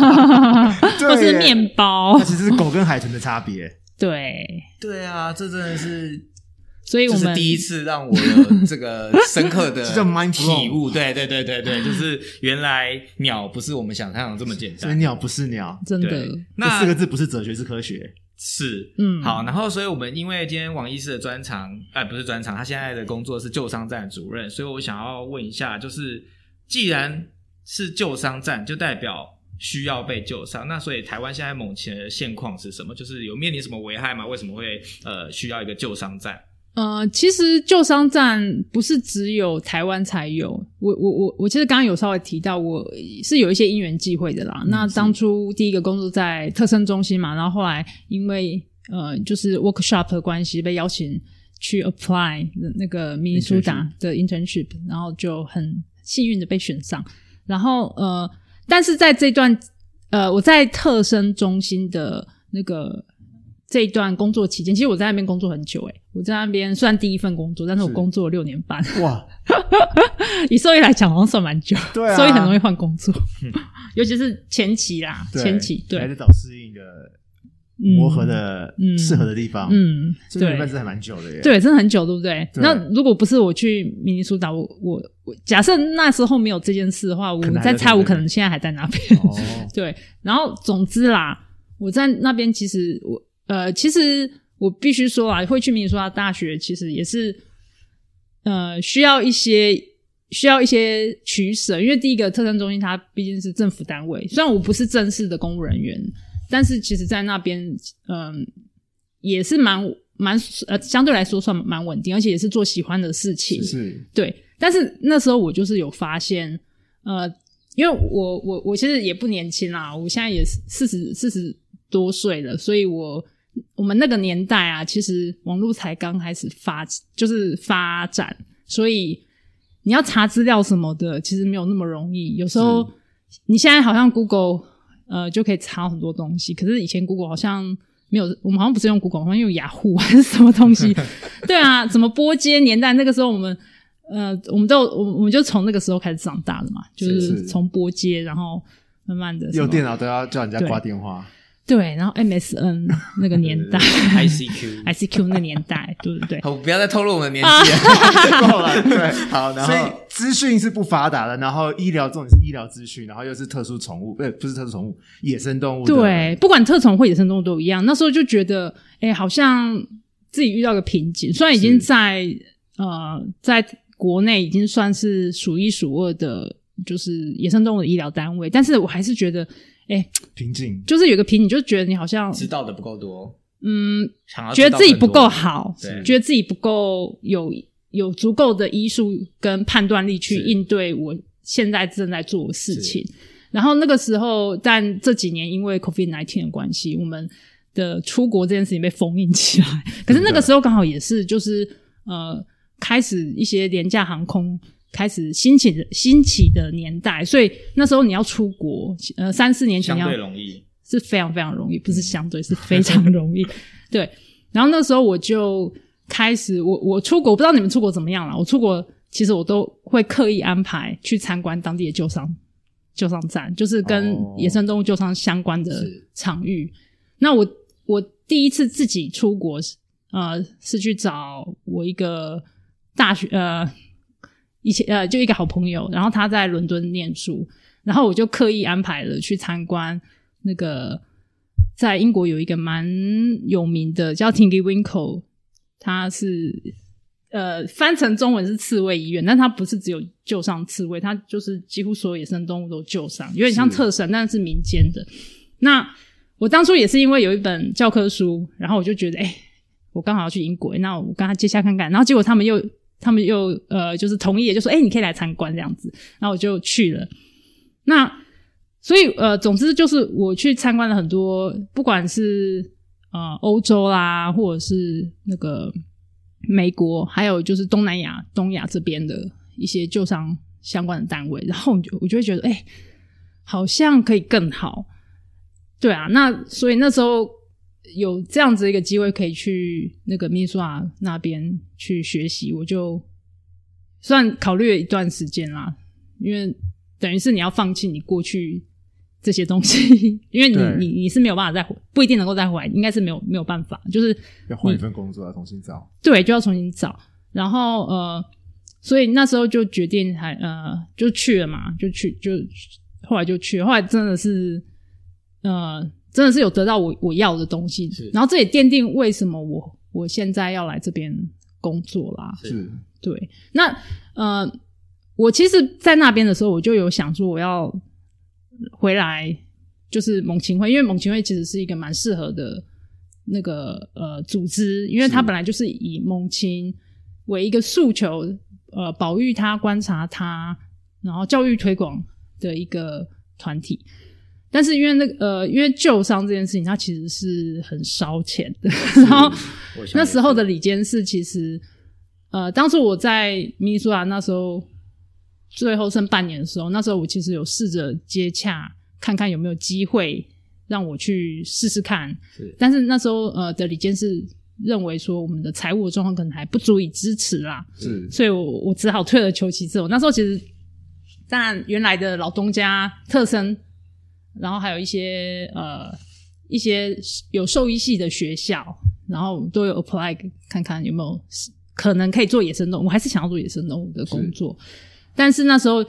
<laughs> 或
对
是
耶
面包
它，其实是狗跟海豚的差别。
对。
对啊，这真的是
<laughs> 所以我
这
们
是第一次让我有这个深刻的
<laughs> 这叫 mind blown
体悟。对对对对对，就是原来鸟不是我们想象的这么简
所以
单。
鸟不是鸟，
真的
对，
这
那
四个字不是哲学，是科学。
是
嗯
好，然后所以我们因为今天王医师的专长，哎、不是专长，他现在的工作是旧伤站主任，所以我想要问一下，就是既然是旧伤站，就代表需要被救伤，那所以台湾现在猛禽的现况是什么？就是有面临什么危害吗？为什么会呃需要一个旧伤站？
呃，其实救伤站不是只有台湾才有，我我我我其实刚刚有稍微提到，我是有一些因缘际会的啦。那当初第一个工作在特生中心嘛，然后后来因为呃就是 workshop 的关系被邀请去 apply 那个明尼苏达的 internship，然后就很幸运的被选上。然后呃，但是在这段呃，我在特生中心的那个这一段工作期间，其实我在那边工作很久、欸，我在那边算第一份工作，但是我
是
工作了六年半，
哇，
<laughs> 以兽医来讲好像算蛮久，
对啊嗯
所以很容易换工作，尤其是前期啦，前期
还
对
是，找适应的
嗯
磨合，的
嗯
适合的地方，，
嗯，
这
对
年半。是还蛮久的耶，，
对，真的很久，对不对？
对
那如果不是我去明尼苏达，我我我假设那时候没有这件事的话，我
可能还
在
在
猜，
那
我
边
可能现在还在那边。
哦，
对，然后总之啦，我在那边其实我呃，其实我必须说啊，会去明尼苏达大学，其实也是呃需要一些需要一些取舍，因为第一个特征中心它毕竟是政府单位，虽然我不是正式的公务人员，但是其实在那边嗯、也是蛮蛮呃相对来说算蛮稳定，而且也是做喜欢的事情，
是
对，但是那时候我就是有发现，呃，因为我我我其实也不年轻啦，我现在也四十四十多岁了，所以我我们那个年代啊，其实网络才刚开始发，就是发展，所以你要查资料什么的，其实没有那么容易。有时候你现在好像 Google 呃就可以查很多东西，可是以前 Google 好像。没有，我们好像不是用 Google，好像用雅虎还是什么
<laughs>
东西？对啊，怎么拨接年代？那个时候我们呃，我们都有我们我们就从那个时候开始长大的嘛，就是是
是
从拨接，然后慢慢的
用电脑都要叫人家
对
挂电话，
对，然后 MSN 那个年
<laughs>
代
ICQ，
，ICQ 那年代，对不对？
好，不要再透露我们的年
啊
纪了。
够了，对，
好，然
所以
后
资讯是不发达的，然后医疗重点是医疗资讯，然后又是特殊宠物，不、不是特殊宠物，野生动物的，
对，不管特种或野生动物都一样。那时候就觉得，哎、好像自己遇到个瓶颈，虽然已经
是
在呃，在国内已经算是数一数二的，就是野生动物的医疗单位，但是我还是觉得，哎、
瓶颈，
就是有个瓶颈，就觉得你好像
知道的不够多，
嗯，
想要知
觉得
道
自己
更
不
多
够，好，
对
觉得自己不够有有足够的医术跟判断力去
是
应对我现在正在做的事情。然后那个时候，但这几年因为 COVID nineteen 的关系，我们的出国这件事情被封印起来。可是那个时候刚好也是就是呃，开始一些廉价航空。开始兴起的兴起的年代，所以那时候你要出国，呃，三四年前
相
要
对容易。
是非常非常容易，不是相对，是非常容易。 <laughs> 对，然后那时候我就开始，我我出国，我不知道你们出国怎么样啦。我出国其实我都会刻意安排去参观当地的救伤救伤站，就是跟
哦
野生动物救伤相关的场域。那我我第一次自己出国，呃，是去找我一个大学呃以前呃就一个好朋友，然后他在伦敦念书，然后我就刻意安排了去参观那个在英国有一个蛮有名的叫 Tingy Winkle，它是呃翻成中文是刺猬医院，但它不是只有救伤刺猬，它就是几乎所有野生动物都救伤，有点像特神，但是民间的。那我当初也是因为有一本教科书，然后我就觉得，哎、我刚好要去英国，那我跟他接洽看看。然后结果他们又他们又呃，就是同意，就说，哎、你可以来参观这样子。然后我就去了。那所以呃，总之就是我去参观了很多，不管是呃欧洲啦，或者是那个美国，还有就是东南亚、东亚这边的一些救伤相关的单位，然后我就我就会觉得，哎、好像可以更好。对啊，那所以那时候有这样子一个机会可以去那个秘书啊那边去学习，我就算考虑了一段时间啦，因为等于是你要放弃你过去这些东西，因为
对
你你你是没有办法再回，不一定能够再回来，应该是没有没有办法，就是
要换一份工作要重新找，
对，就要重新找。然后呃，所以那时候就决定还呃就去了嘛，就去就后来就去了，后来真的是呃真的是有得到我我要的东西
是，
然后这也奠定为什么我我现在要来这边工作啦。
对
是
对，那呃，我其实，在那边的时候，我就有想说我要回来，就是猛禽会，因为猛禽会其实是一个蛮适合的那个呃组织，因为它本来就是以猛禽为一个诉求，呃，保育它、观察它，然后教育推广的一个团体。但是因为那个呃，因为旧伤这件事情，它其实是很烧钱的。 <laughs> 然后
我想
那时候的李监事，其实呃，当初我在秘书啊，那时候最后剩半年的时候，那时候我其实有试着接洽，看看有没有机会让我去试试看。
是
但是那时候呃的李监事认为说，我们的财务的状况可能还不足以支持啦，
是
所以我我只好退而求其次。我那时候其实，当然原来的老东家特生，然后还有一些呃一些有兽医系的学校，然后都有 apply 看看有没有可能可以做野生动物。我还是想要做野生动物的工作，但是那时候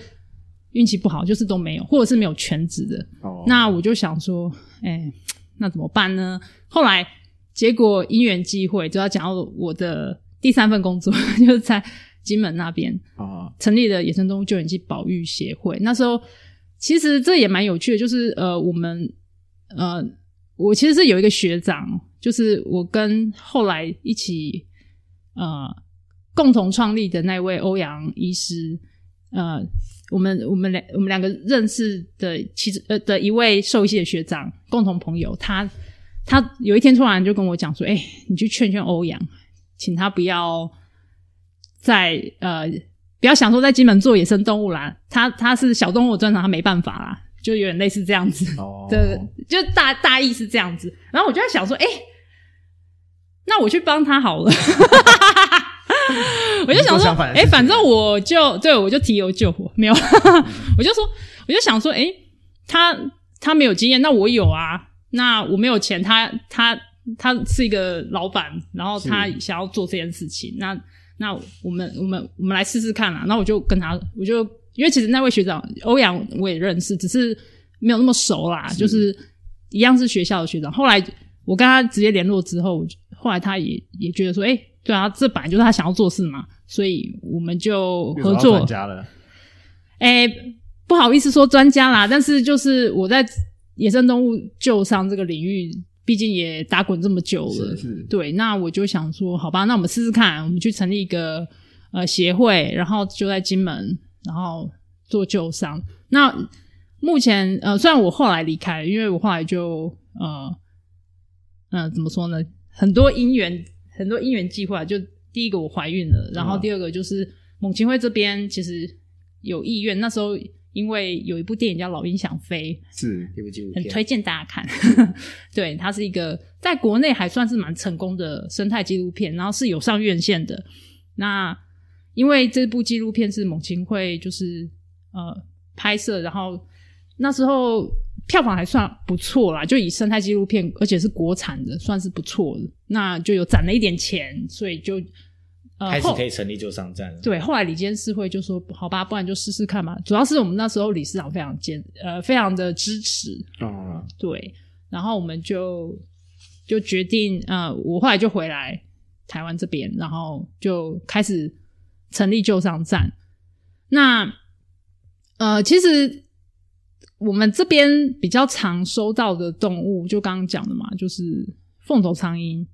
运气不好，就是都没有，或者是没有全职的。
哦
那我就想说，哎、那怎么办呢？后来结果因缘际会，就要讲到我的第三份工作， <laughs> 就是在金门那边
哦，
成立了野生动物救援暨保育协会。那时候其实这也蛮有趣的，就是呃，我们呃，我其实是有一个学长，就是我跟后来一起呃共同创立的那位欧阳医师，呃，我们我们两我们两个认识的其实呃的一位兽医系的学长，共同朋友，他他有一天突然就跟我讲说，哎、你去劝劝欧阳，请他不要在呃不要想说在金门做野生动物啦，他他是小动物的专长，他没办法啦，就有点类似这样子。
哦
的，就大大意是这样子。然后我就在想说，哎、那我去帮他好了。 <laughs> 我就
你
想
做
说
相反，的
哎、
事情
反正我就对我就提油救火，没有， <laughs> 我就说，我就想说，哎、他他没有经验，那我有啊，那我没有钱，他他他是一个老板，然后他想要做这件事情，那那我们我们我们来试试看啦。那我就跟他，我就因为其实那位学长欧阳我也认识，只是没有那么熟啦，就是一样是学校的学长。后来我跟他直接联络之后，我就后来他也也觉得说，哎、对啊，这本来就是他想要做事嘛，所以我们就
又
合
找到
作
专。家了，
哎、不好意思说专家啦，但是就是我在野生动物救伤这个领域，毕竟也打滚这么久了，
是
对，那我就想说，好吧，那我们试试看，我们去成立一个呃协会，然后就在金门，然后做救伤。那目前呃，虽然我后来离开了，因为我后来就呃呃怎么说呢，很多因缘，很多因缘计划，就第一个我怀孕了，然后
嗯
第二个就是猛禽会这边其实有意愿，那时候因为有一部电影叫《老鹰想飞》，
是
一部纪录
很
片
推荐大家看。 <laughs> 对，它是一个在国内还算是蛮成功的生态纪录片，然后是有上院线的。那因为这部纪录片是猛禽会就是呃拍摄，然后那时候票房还算不错啦，就以生态纪录片，而且是国产的，算是不错的。那就有攒了一点钱，所以就呃
开始
后
可以成立就上站了，
对，后来李监事会就说：“好吧，不然就试试看嘛。”主要是我们那时候理事长非常坚，呃，非常的支持，
哦，
对，然后我们就就决定，呃，我后来就回来台湾这边，然后就开始成立救伤站。那呃，其实我们这边比较常收到的动物，就刚刚讲的嘛，就是凤头苍鹰，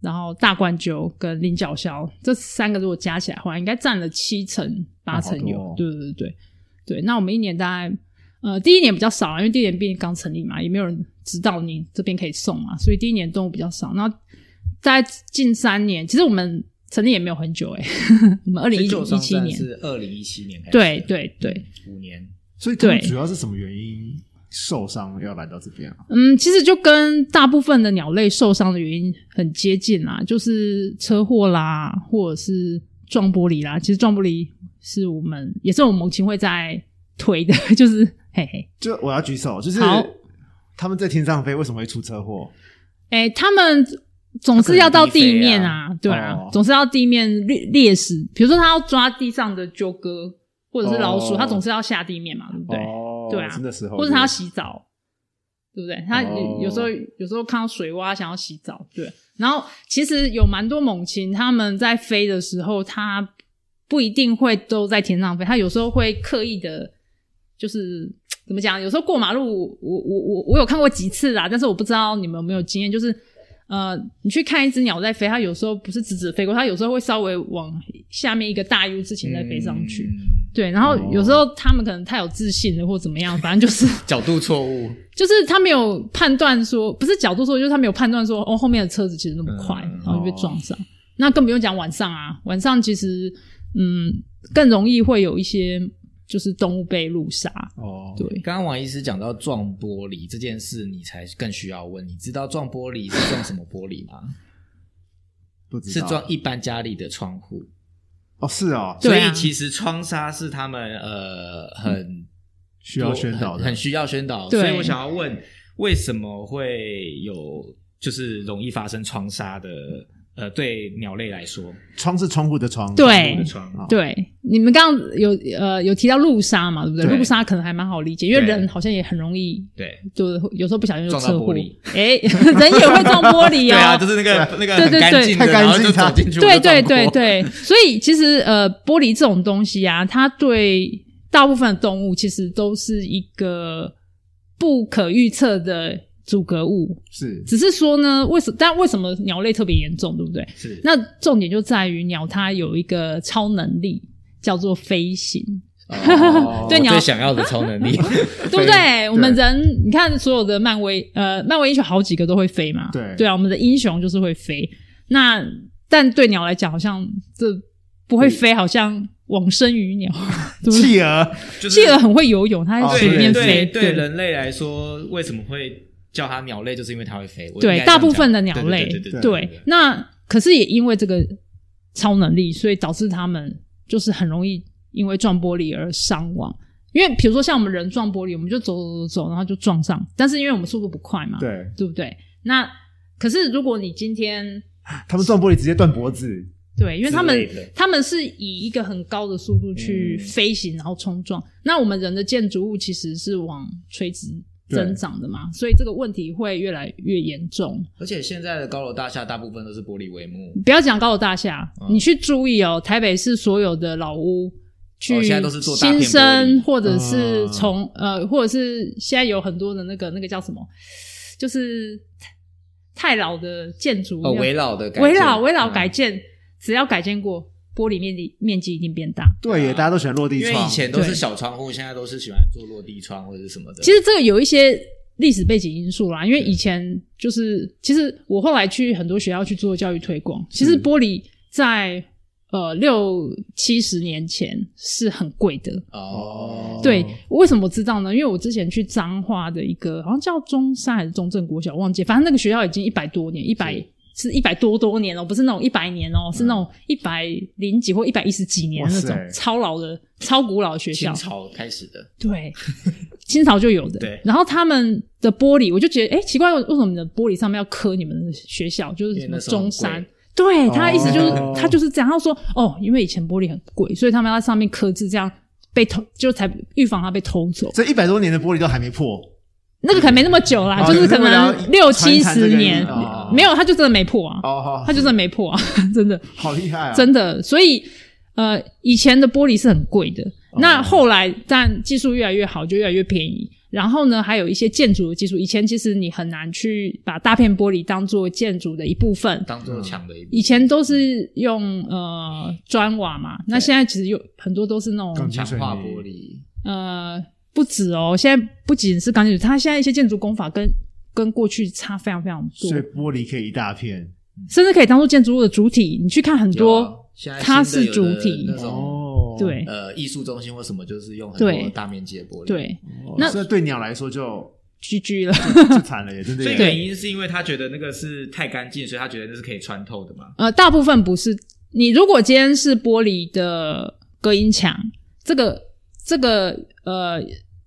然后大冠鹫跟菱角鸮这三个，如果加起来的话，应该占了七成八
哦好
成有。
多哦
对对对对，那我们一年大概呃，第一年比较少啊，因为第一年毕竟刚成立嘛，也没有人知道你这边可以送嘛，所以第一年动物比较少。然后在近三年，其实我们成立也没有很久哎、 <laughs> 我们二零一
旧
一
上
七
站
年，
是二零一七年开始的，
对对对，
五年
所以他们
对
主要是什么原因受伤要来到这边啊？
嗯，其实就跟大部分的鸟类受伤的原因很接近啦，就是车祸啦，或者是撞玻璃啦。其实撞玻璃是我们也是我们猛禽会在推的， <laughs> 就是嘿嘿，
就我要举手，就是
好
他们在天上飞为什么会出车祸？
哎、他们总是要到地面啊，对啊，
哦
总是要地面猎猎食。比如说，他要抓地上的鸠哥或者是老鼠，
哦
他总是要下地面嘛，对不对？
哦
对啊
是那时候，
或者他要洗澡，对不对？他
哦
有有时候有时候看到水洼想要洗澡，对。然后其实有蛮多猛禽，他们在飞的时候，它不一定会都在天上飞，它有时候会刻意的，就是怎么讲？有时候过马路，我我我我有看过几次啦，但是我不知道你们有没有经验，就是呃，你去看一只鸟在飞，它有时候不是直直飞过，它有时候会稍微往下面一个大 U 之前再飞上去。
嗯
对，然后有时候他们可能太有自信了，或怎么样，反正就是
角度错误，
就是他没有判断说，不是角度说，就是他没有判断说，哦，后面的车子其实那么快，
嗯
然后就被撞上。那更不用讲晚上啊，晚上其实嗯更容易会有一些就是动物被路杀。
哦，
对
刚刚王医师讲到撞玻璃这件事，你才更需要问，你知道撞玻璃是撞什么玻璃
<laughs>
吗？
不知
是
道
撞一般家里的窗户，
哦，是哦，
对啊嗯
所以其实窗纱是他们呃很
需要宣导
很
的
很，需要宣导。
对
所以我想要问，为什么会有就是容易发生窗纱的？呃，对鸟类来说，
窗是窗户的窗，啊
对
我的窗
好
对，你们刚刚有呃有提到路杀嘛，对不对？
对
路杀可能还蛮好理解，因为
对
人好像也很容易。
对
就是有时候不小心就
撞到
车祸
玻璃，
<laughs> 哎、人也会撞玻璃
<laughs> 对
哦。
啊，就是那个那个
对
很
对
干
对
净
太
的，
干
然后就
净了
走进去， <laughs> 我
对
就撞
对对
过，
对，所以其实呃，玻璃这种东西啊，它对大部分的动物其实都是一个不可预测的阻隔物。
是
只是说呢，为什但为什么鸟类特别严重，对不对？
是
那重点就在于鸟它有一个超能力，叫做飞行，
哦
<laughs> 对
我
鸟
最想要的超能
<laughs>
力，
对不对？我们人你看所有的漫威呃，漫威英雄好几个都会飞嘛，
对
对啊，我们的英雄就是会飞。那但对鸟来讲，好像这不会飞，好像往生于
<laughs>
鸟，对不对？
企鹅，
就是
企鹅很会游泳，它
哦
在水
对
里
对
面
对
飞。
对人类来说，为什么会叫它鸟类，就是因为它会飞。我应该
对，
这样
大部分
讲
的鸟类，
对对对对
对，那可是也因为这个超能力，所以导致它们就是很容易因为撞玻璃而伤亡。因为比如说像我们人撞玻璃，我们就走走走走，然后就撞上，但是因为我们速度不快嘛，
对
对不对？那可是如果你今天
他们撞玻璃直接断脖子，
对，因为他
之
们
类的
他们是以一个很高的速度去
嗯
飞行，然后冲撞。那我们人的建筑物其实是往垂直增长的嘛，所以这个问题会越来越严重。
而且现在的高楼大厦大部分都是玻璃帷幕，
不要讲高楼大厦，
嗯
你去注意哦，台北市所有的老屋。去
哦现在都是做大片玻
新
璃
生，或者是
嗯
从、呃，或者是现在有很多的那个那个叫什么，就是太太老的建筑，
呃，围绕的改
围
建
绕围绕
嗯
改建，只要改建过，玻璃面积面积一定变大。
对耶，
啊
大家都喜欢落地
因为
窗，
以前都是
对
小窗户，现在都是喜欢做落地窗或者是什么的。
其实这个有一些历史背景因素啦，因为以前就是，其实我后来去很多学校去做教育推
嗯
广，其实玻璃在呃六七十年前是很贵的。
哦，
对，为什么我知道呢？因为我之前去彰化的一个，好像叫中山还是中正国小，忘记了，反正那个学校已经一百多年，一百
是
是一百多多年哦，不是那种一百年哦，是那种一百零几或一百一十几年
哇
那
塞
种超老的、超古老的学校
清。朝开始的，
对，清朝就有的。
对
然后他们的玻璃，我就觉得，哎，奇怪，为什么你的玻璃上面要刻你们的学校，就
因
是
为
什么
那时候很
中山
贵？
对，他的意思就是，
哦
他就是这样，他说，哦，因为以前玻璃很贵，所以他们要在上面刻字，这样被偷，就才预防它被偷走。
这一百多年的玻璃都还没破，
那个可能没那么久啦，
哦
啊就是可
你是为了要
能六七
传承这
十
个
年，
哦
没有，他就真的没破啊，
哦，
他就真的没破啊， <laughs> 真的。
好厉害啊，
真的，所以呃，以前的玻璃是很贵的，
哦
那后来但技术越来越好，就越来越便宜。然后呢，还有一些建筑的技术，以前其实你很难去把大片玻璃当做建筑的一部分。
当做墙的一部
以前都是用呃砖瓦嘛，那现在其实有很多都是那
钢
种
筋
墙
水泥
化玻璃。
呃不止哦，现在不仅是钢筋水泥，它现在一些建筑工法跟跟过去差非常非常多
所以，玻璃可以一大片
甚至可以当做建筑物的主体。你去看很多，
有啊现在新的
它是
有的
主体
那种
哦，
对
呃艺术中心或什么，就是用很
对
多大面积的玻璃。，
对
哦，
那
所以对鸟来说就
<laughs> 居居了。
就惨了耶，真的
所以
耶，
原因是因为他觉得那个是太干净，所以他觉得那是可以穿透的嘛。
呃，大部分不是。你如果今天是玻璃的隔音墙，这个这个呃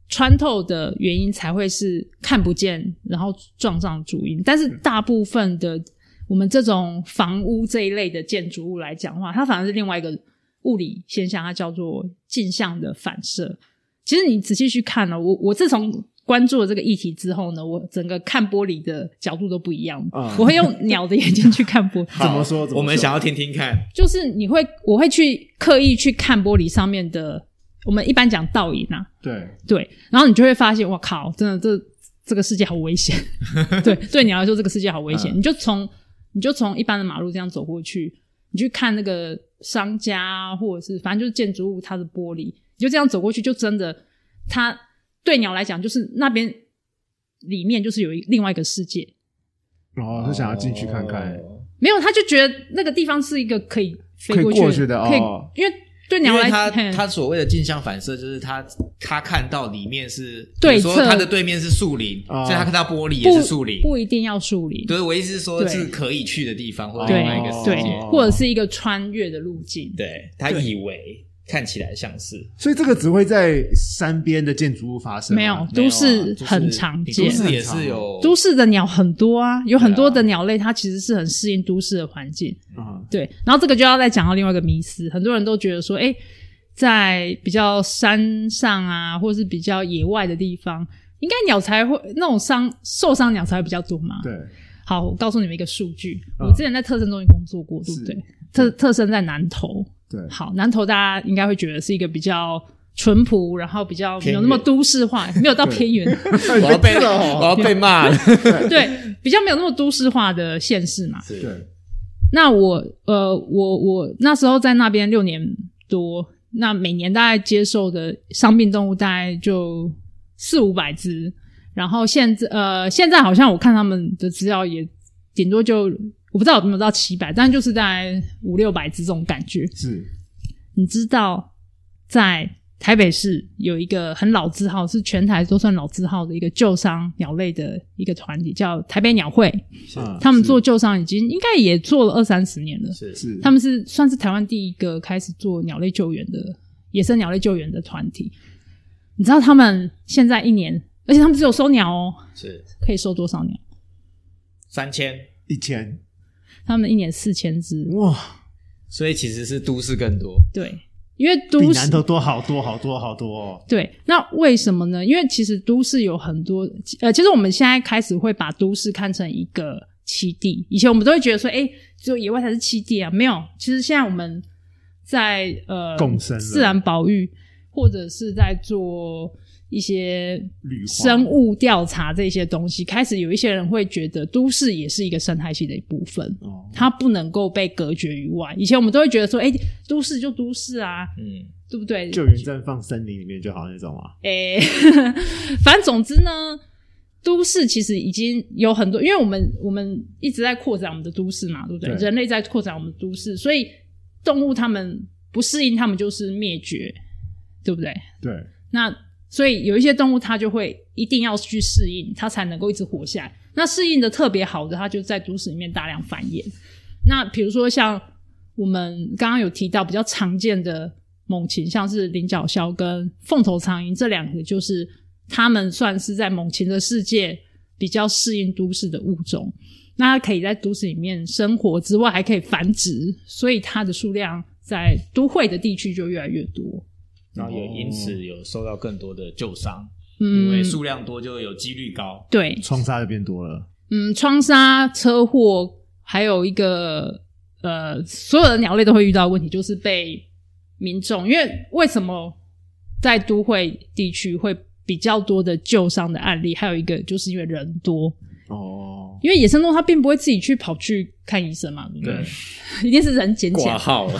穿透的原因才会是看不见，然后撞上主因。但是大部分的我们这种房屋这一类的建筑物来讲的话，它反而是另外一个物理现象，它叫做镜像的反射。其实你仔细去看了、我我自从关注了这个议题之后呢，我整个看玻璃的角度都不一样了。
嗯
我会用鸟的眼睛去看玻璃，
<laughs> <laughs> 怎么说？怎么说
我们想要听听看，
就是你会，我会去刻意去看玻璃上面的，我们一般讲倒影啊，
对
对，然后你就会发现，我靠，真的这这个世界好危险，对，对你来说这个世界好危险，你就从你就从一般的马路这样走过去，你去看那个商家啊或者是反正就是建筑物它的玻璃，你就这样走过去，就真的它对鸟来讲就是那边里面就是有一另外一个世界，
哦，是想要进去看看，
哦
没有，他就觉得那个地方是一个可以飞
可以
过
过
去
去的
可以
哦
因为对
因
鸟来
为他
嘿
他所谓的镜像反射，就是他他看到里面是，
对
比如说
侧
他的对面是树林，
哦
所以他看到玻璃也
不
是树林。
不一定要树林，
对，我意思是说
对
是可以去的地方，或者
对
另外一个世
对
界。
或者是一个穿越的路径，
对他以为看起来像是，
所以这个只会在山边的建筑物发生吗，
没有
没有啊
都市
就是
很常见
都市也是有
都市的鸟很多啊，有很多
对
的
啊
鸟类它其实是很适应都市的环境。
啊，
对，然后这个就要再讲到另外一个迷思，很多人都觉得说，哎，在比较山上啊，或是比较野外的地方，应该鸟才会那种伤受伤鸟才会比较多嘛。
对，
好，我告诉你们一个数据，
嗯
我之前在特生中心工作过，对不
是
对？特特生在南投，
对
好，南投大家应该会觉得是一个比较淳朴，然后比较没
偏
有
远
那么都市化，没有到偏远，
我要被
哦
我要被骂了。
<laughs> 对，比较没有那么都市化的县市嘛。
<laughs> 是
对，
那我呃，我我那时候在那边六年多，那每年大概接受的伤病动物大概就四五百只，然后现在呃，现在好像我看他们的资料也顶多就我不知道有没有到七百，但就是大概五六百只这种感觉。
是
你知道，在台北市有一个很老字号，是全台都算老字号的一个救伤鸟类的一个团体，叫台北鸟会。
啊
他们做救伤已经应该也做了二三十年了。
是
是
他们是算是台湾第一个开始做鸟类救援的野生鸟类救援的团体。你知道他们现在一年，而且他们只有收鸟哦，
是
可以收多少鸟？
三千，
一千
他们一年四千只，
哇，
所以其实是都市更多。
对，因为
比
都市
南头多好多好多好多哦，
对，那为什么呢？因为其实都市有很多，呃，其实我们现在开始会把都市看成一个栖地，以前我们都会觉得说，哎，只有野外才是栖地啊，没有。其实现在我们在呃
共生了
自然保育，或者是在做一些
绿化
生物调查这些东西，开始有一些人会觉得都市也是一个生态系的一部分。
哦，
它不能够被隔绝于外。以前我们都会觉得说，哎、都市就都市啊，
嗯，
对不对？
救援站放森林里面就好那种啊嘛，
诶、 <laughs> 反正总之呢，都市其实已经有很多，因为我们我们一直在扩展我们的都市嘛，对不对？
对
人类在扩展我们的都市，所以动物它们不适应，它们就是灭绝，对不对？
对，
那所以有一些动物它就会一定要去适应，它才能够一直活下来。那适应的特别好的，它就在都市里面大量繁衍。那比如说像我们刚刚有提到比较常见的猛禽，像是菱角鸮跟凤头苍蝇这两个，就是它们算是在猛禽的世界比较适应都市的物种。那它可以在都市里面生活之外，还可以繁殖，所以它的数量在都会的地区就越来越多。
然后也
哦
因此有受到更多的旧伤，
嗯，
因为数量多就有几率高。
对，
窗纱就变多了，
嗯，窗杀、车祸，还有一个呃，所有的鸟类都会遇到的问题，就是被民众，因为为什么在都会地区会比较多的旧伤的案例，还有一个就是因为人多，
哦，
因为野生动物它并不会自己去跑去看医生嘛，对不对？ <laughs> 一定是人
<laughs>
捡起来，
号了，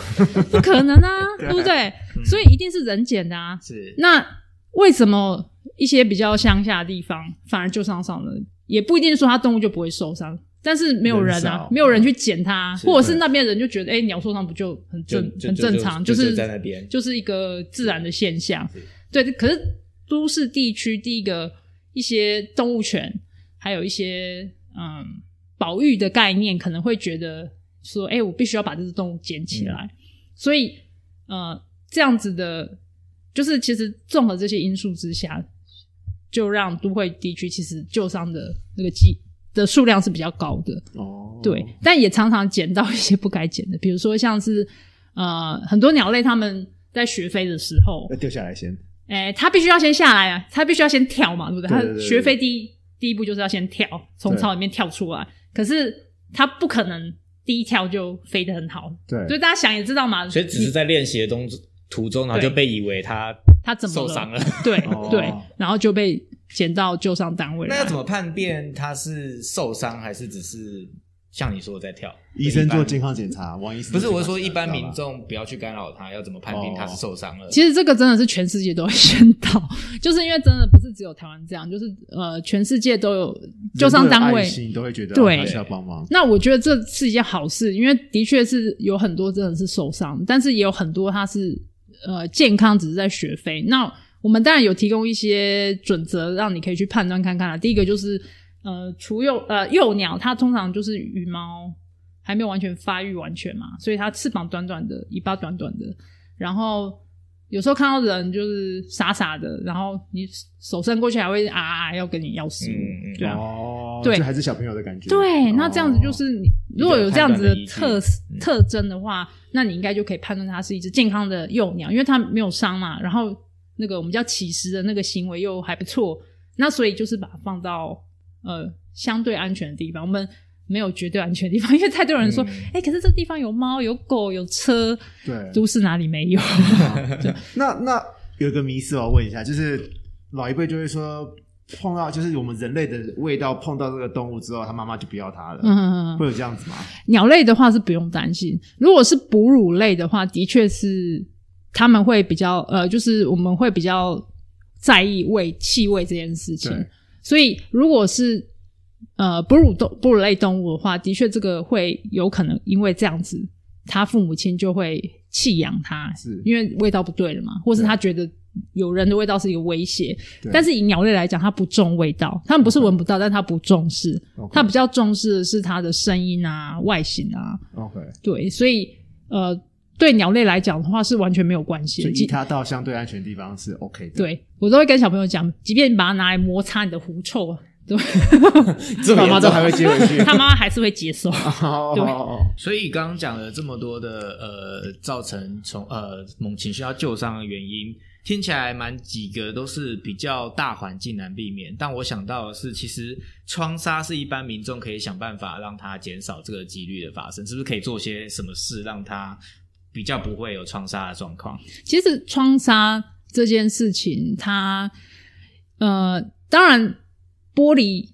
不可能啊，对不对？所以一定是人捡的啊，
是
那为什么一些比较乡下的地方反而就伤上了？也不一定说它动物就不会受伤，但是没有人
人
啊
少，
没有人去捡它，
嗯是
或者是那边人就觉得，哎、鸟受伤不就很
就
正
就
很正常，
就
就是
就在那边
就是一个自然的现象
是。
对，可是都市地区，第一个一些动物权，还有一些嗯保育的概念，可能会觉得说，哎、我必须要把这只动物捡起来。所以呃，这样子的，就是其实综合这些因素之下，就让都会地区其实旧伤的那个机的数量是比较高的。
哦，
对，但也常常捡到一些不该捡的，比如说像是呃很多鸟类，它们在学飞的时候
要，掉下来先，
哎、它必须要先下来啊，它必须要先跳嘛，对不对？
对
它
对对对
学飞第一第一步就是要先跳，从
对
巢里面跳出来，可是它不可能第一跳就飞得很好，
对
所以大家想也知道嘛，
所以只是在练习的中途中，然后就被以为他
它怎么
受伤了，
<laughs> 对
哦
对，然后就被捡到救伤单位来。
那要怎么判辨他是受伤还是只是像你说的在跳？
医生做健
康
康检查，王医生
不是
做
我是
健康
说一
检查
般
知道
民
吧
众不要去干扰他，要怎么判定他是受伤了？
其实这个真的是全世界都会宣导，就是因为真的不是只有台湾这样，就是呃，全世界都有救伤单
人都有
位
爱。心都会觉得哦
对
还是要帮忙。
那我觉得这是一件好事，因为的确是有很多真的是受伤，但是也有很多他是呃健康，只是在学飞。那我们当然有提供一些准则，让你可以去判断看看啦。第一个就是呃，雏幼呃幼鸟，它通常就是羽毛还没有完全发育完全嘛，所以它翅膀短短的，尾巴短短的，然后。有时候看到人就是傻傻的，然后你手伸过去还会啊啊啊要跟你要食物，
嗯嗯
对啊，
哦，
对
这还是小朋友的感觉。
对，那
哦
这样子就是你如果有这样子的特
判断的依据嗯
特征的话，那你应该就可以判断它是一只健康的幼鸟，因为它没有伤嘛。然后那个我们叫乞食的那个行为又还不错，那所以就是把它放到呃相对安全的地方。我们没有绝对安全的地方，因 <laughs> 为太多人说，哎、
嗯
可是这地方有猫、有狗、有车，
对
都市哪里没有？ <laughs>
<laughs> 那那有一个迷思，我要问一下，就是老一辈就会说，碰到就是我们人类的味道碰到这个动物之后，他妈妈就不要它了，
嗯，
会有这样子吗？
鸟类的话是不用担心，如果是哺乳类的话，的确是他们会比较呃，就是我们会比较在意味气味这件事情
对。
所以如果是呃哺乳动哺乳类动物的话，的确这个会有可能因为这样子，他父母亲就会弃养它
是，
因为味道不对了嘛，或是
对
他觉得。有人的味道是一个威胁
对，
但是以鸟类来讲，它不重味道，它们不是闻不到，但它不重视，
OK
他比较重视的是它的声音啊、外形啊，
OK，
对，所以呃，对鸟类来讲的话是完全没有关系
所
的。
以
即
它到相对安全的地方是 OK 的。，
对我都会跟小朋友讲，即便你把它拿来摩擦你的狐臭啊， <laughs> 对，
这么
爸
严
妈
重
都还会接回去。
<laughs> 他妈妈还是会接受。
哦
对
<laughs> 哦
所以刚刚讲了这么多的呃，造成从呃猛禽需要救伤的原因，听起来蛮几个都是比较大环境难避免。但我想到的是，其实窗杀是一般民众可以想办法让它减少这个几率的发生，是不是可以做些什么事让它比较不会有窗杀的状况？
其实窗纱这件事情，它呃，当然玻璃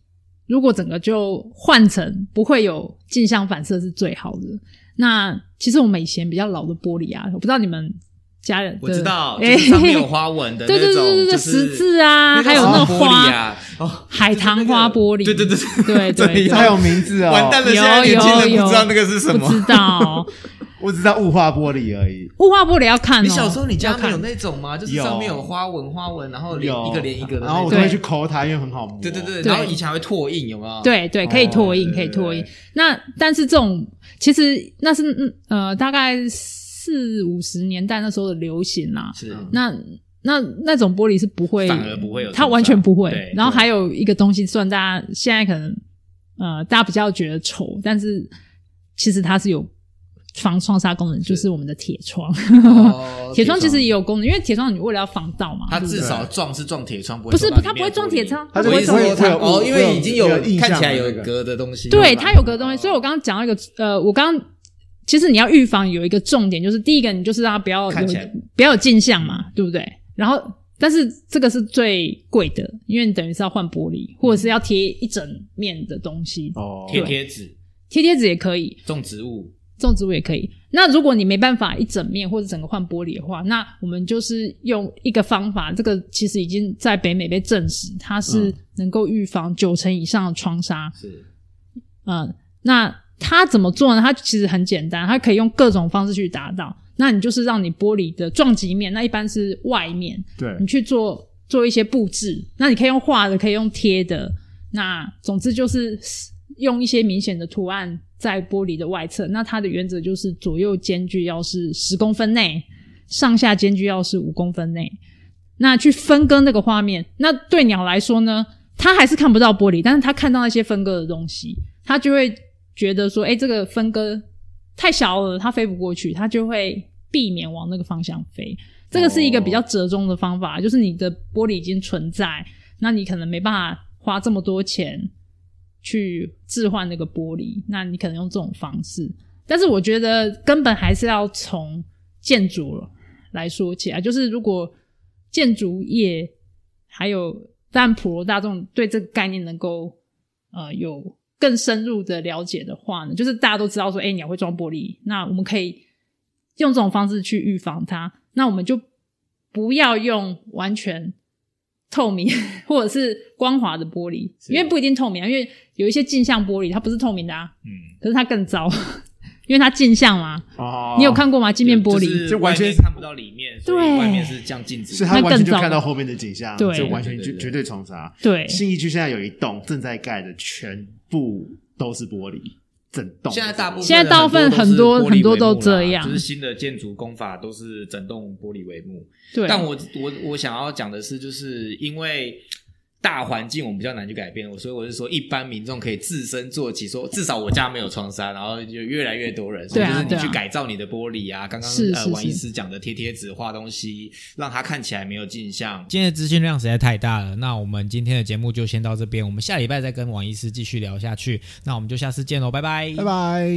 如果整个就换成不会有镜像反射是最好的。那其实我们以前比较老的玻璃啊，我不知道你们家人的
我知道，就
<laughs> 哎
是上面有花纹的那
对
种，
对对对对，
就是
十字啊，还有
个
那种
什么玻璃
花，
啊，哦，
海棠花玻璃，
对 <laughs> 对对
对对
哦，
对
还有名字哦，
完蛋了，
有
现在年轻人
有
不知道那个是什么
不。知道，
我只知道雾化玻璃而已。
雾化玻璃要看哦。
你小时候你家
要
没
看
有那种吗？就是上面有花纹，花纹，然后连
有
一个连一个的那种。
然后我都
对
会去抠它，因为很好摸。
对对对，
对
然后以前还会拓印，有没有？，
对对，可以拓印，
哦
可以拓印
对对。
那但是这种其实那是嗯呃大概四五十年代那时候的流行啦、
是
嗯
那那那种玻璃是不会，
反而不会有
它完全不会
对。
然后还有一个东西，虽然大家现在可能呃大家比较觉得丑，但是其实它是有防窗纱功能，就是我们的铁窗。
哦
<laughs> 铁窗其实也有功能，因为铁窗你为了要防盗嘛，
它
对不对
至少撞是撞铁窗，不
不
会
是
撞
不
到
它
里
不
面的
会
玻璃
撞铁窗，
它
不
我
是
会
意思
撞
会
说它
会有
哦，因为已经有
会有印象
看起来
的
有
那个
格的东西，
对，
吧
它有个东西，所以我刚刚讲到一个呃，我刚刚其实你要预防有一个重点，就是第一个你就是让它不要有
看起来嗯
不要有镜像嘛，对不对？然后但是这个是最贵的，因为你等于是要换玻璃，或者是要贴一整面的东西，
哦，
贴贴纸
贴贴纸也可以，
种植物，
种植物也可以。那如果你没办法一整面或者整个换玻璃的话，那我们就是用一个方法，这个其实已经在北美被证实，它是
嗯
能够预防九成以上的窗纱。
是
嗯，那它怎么做呢？它其实很简单，它可以用各种方式去达到。那你就是让你玻璃的撞击面，那一般是外面，
对
你去做做一些布置。那你可以用画的，可以用贴的。那总之就是用一些明显的图案在玻璃的外侧。那它的原则就是左右间距要是十公分内，上下间距要是五公分内。那去分割那个画面。那对鸟来说呢，它还是看不到玻璃，但是它看到那些分割的东西，它就会觉得说，哎、这个分割太小了，它飞不过去，它就会避免往那个方向飞。这个是一个比较折中的方法，就是你的玻璃已经存在，那你可能没办法花这么多钱去置换那个玻璃，那你可能用这种方式。但是我觉得根本还是要从建筑来说起来，就是如果建筑业还有但普罗大众对这个概念能够呃有更深入的了解的话呢，就是大家都知道说，哎、鸟会撞玻璃，那我们可以用这种方式去预防它。那我们就不要用完全透明 <laughs> 或者是光滑的玻璃，
是
因为不一定透明、啊，因为有一些镜像玻璃它不是透明的啊，
嗯，
可是它更糟， <laughs> 因为它镜像嘛。
哦，
你有看过吗？镜面玻璃、
就是
就完全
外面看不到里面，所以
对
外面是这样镜子
是他
那
完全
更
就
糟
看到后面的景象，
对
就完全就
对对对
绝对重杀。
对
信义区现在有一栋正在盖的，全部都是玻璃，整栋。
现在大部分
现在大部分
很都是
很多
玻璃帷幕啦
很多都这样
就是新的建筑工法都是整栋玻璃帷幕。
对，
但我我我想要讲的是，就是因为大环境我们比较难去改变，我所以我是说，一般民众可以自身做起，说至少我家没有窗纱，然后就越来越多人，
对啊
所以就
对
是
啊
你去改造你的玻璃啊。刚刚
是
呃
是
王医
是
师讲的贴贴纸、画东西，让它看起来没有镜像。
今天的资讯量实在太大了，那我们今天的节目就先到这边，我们下礼拜再跟王医师继续聊下去，那我们就下次见喽，拜拜，
拜。拜。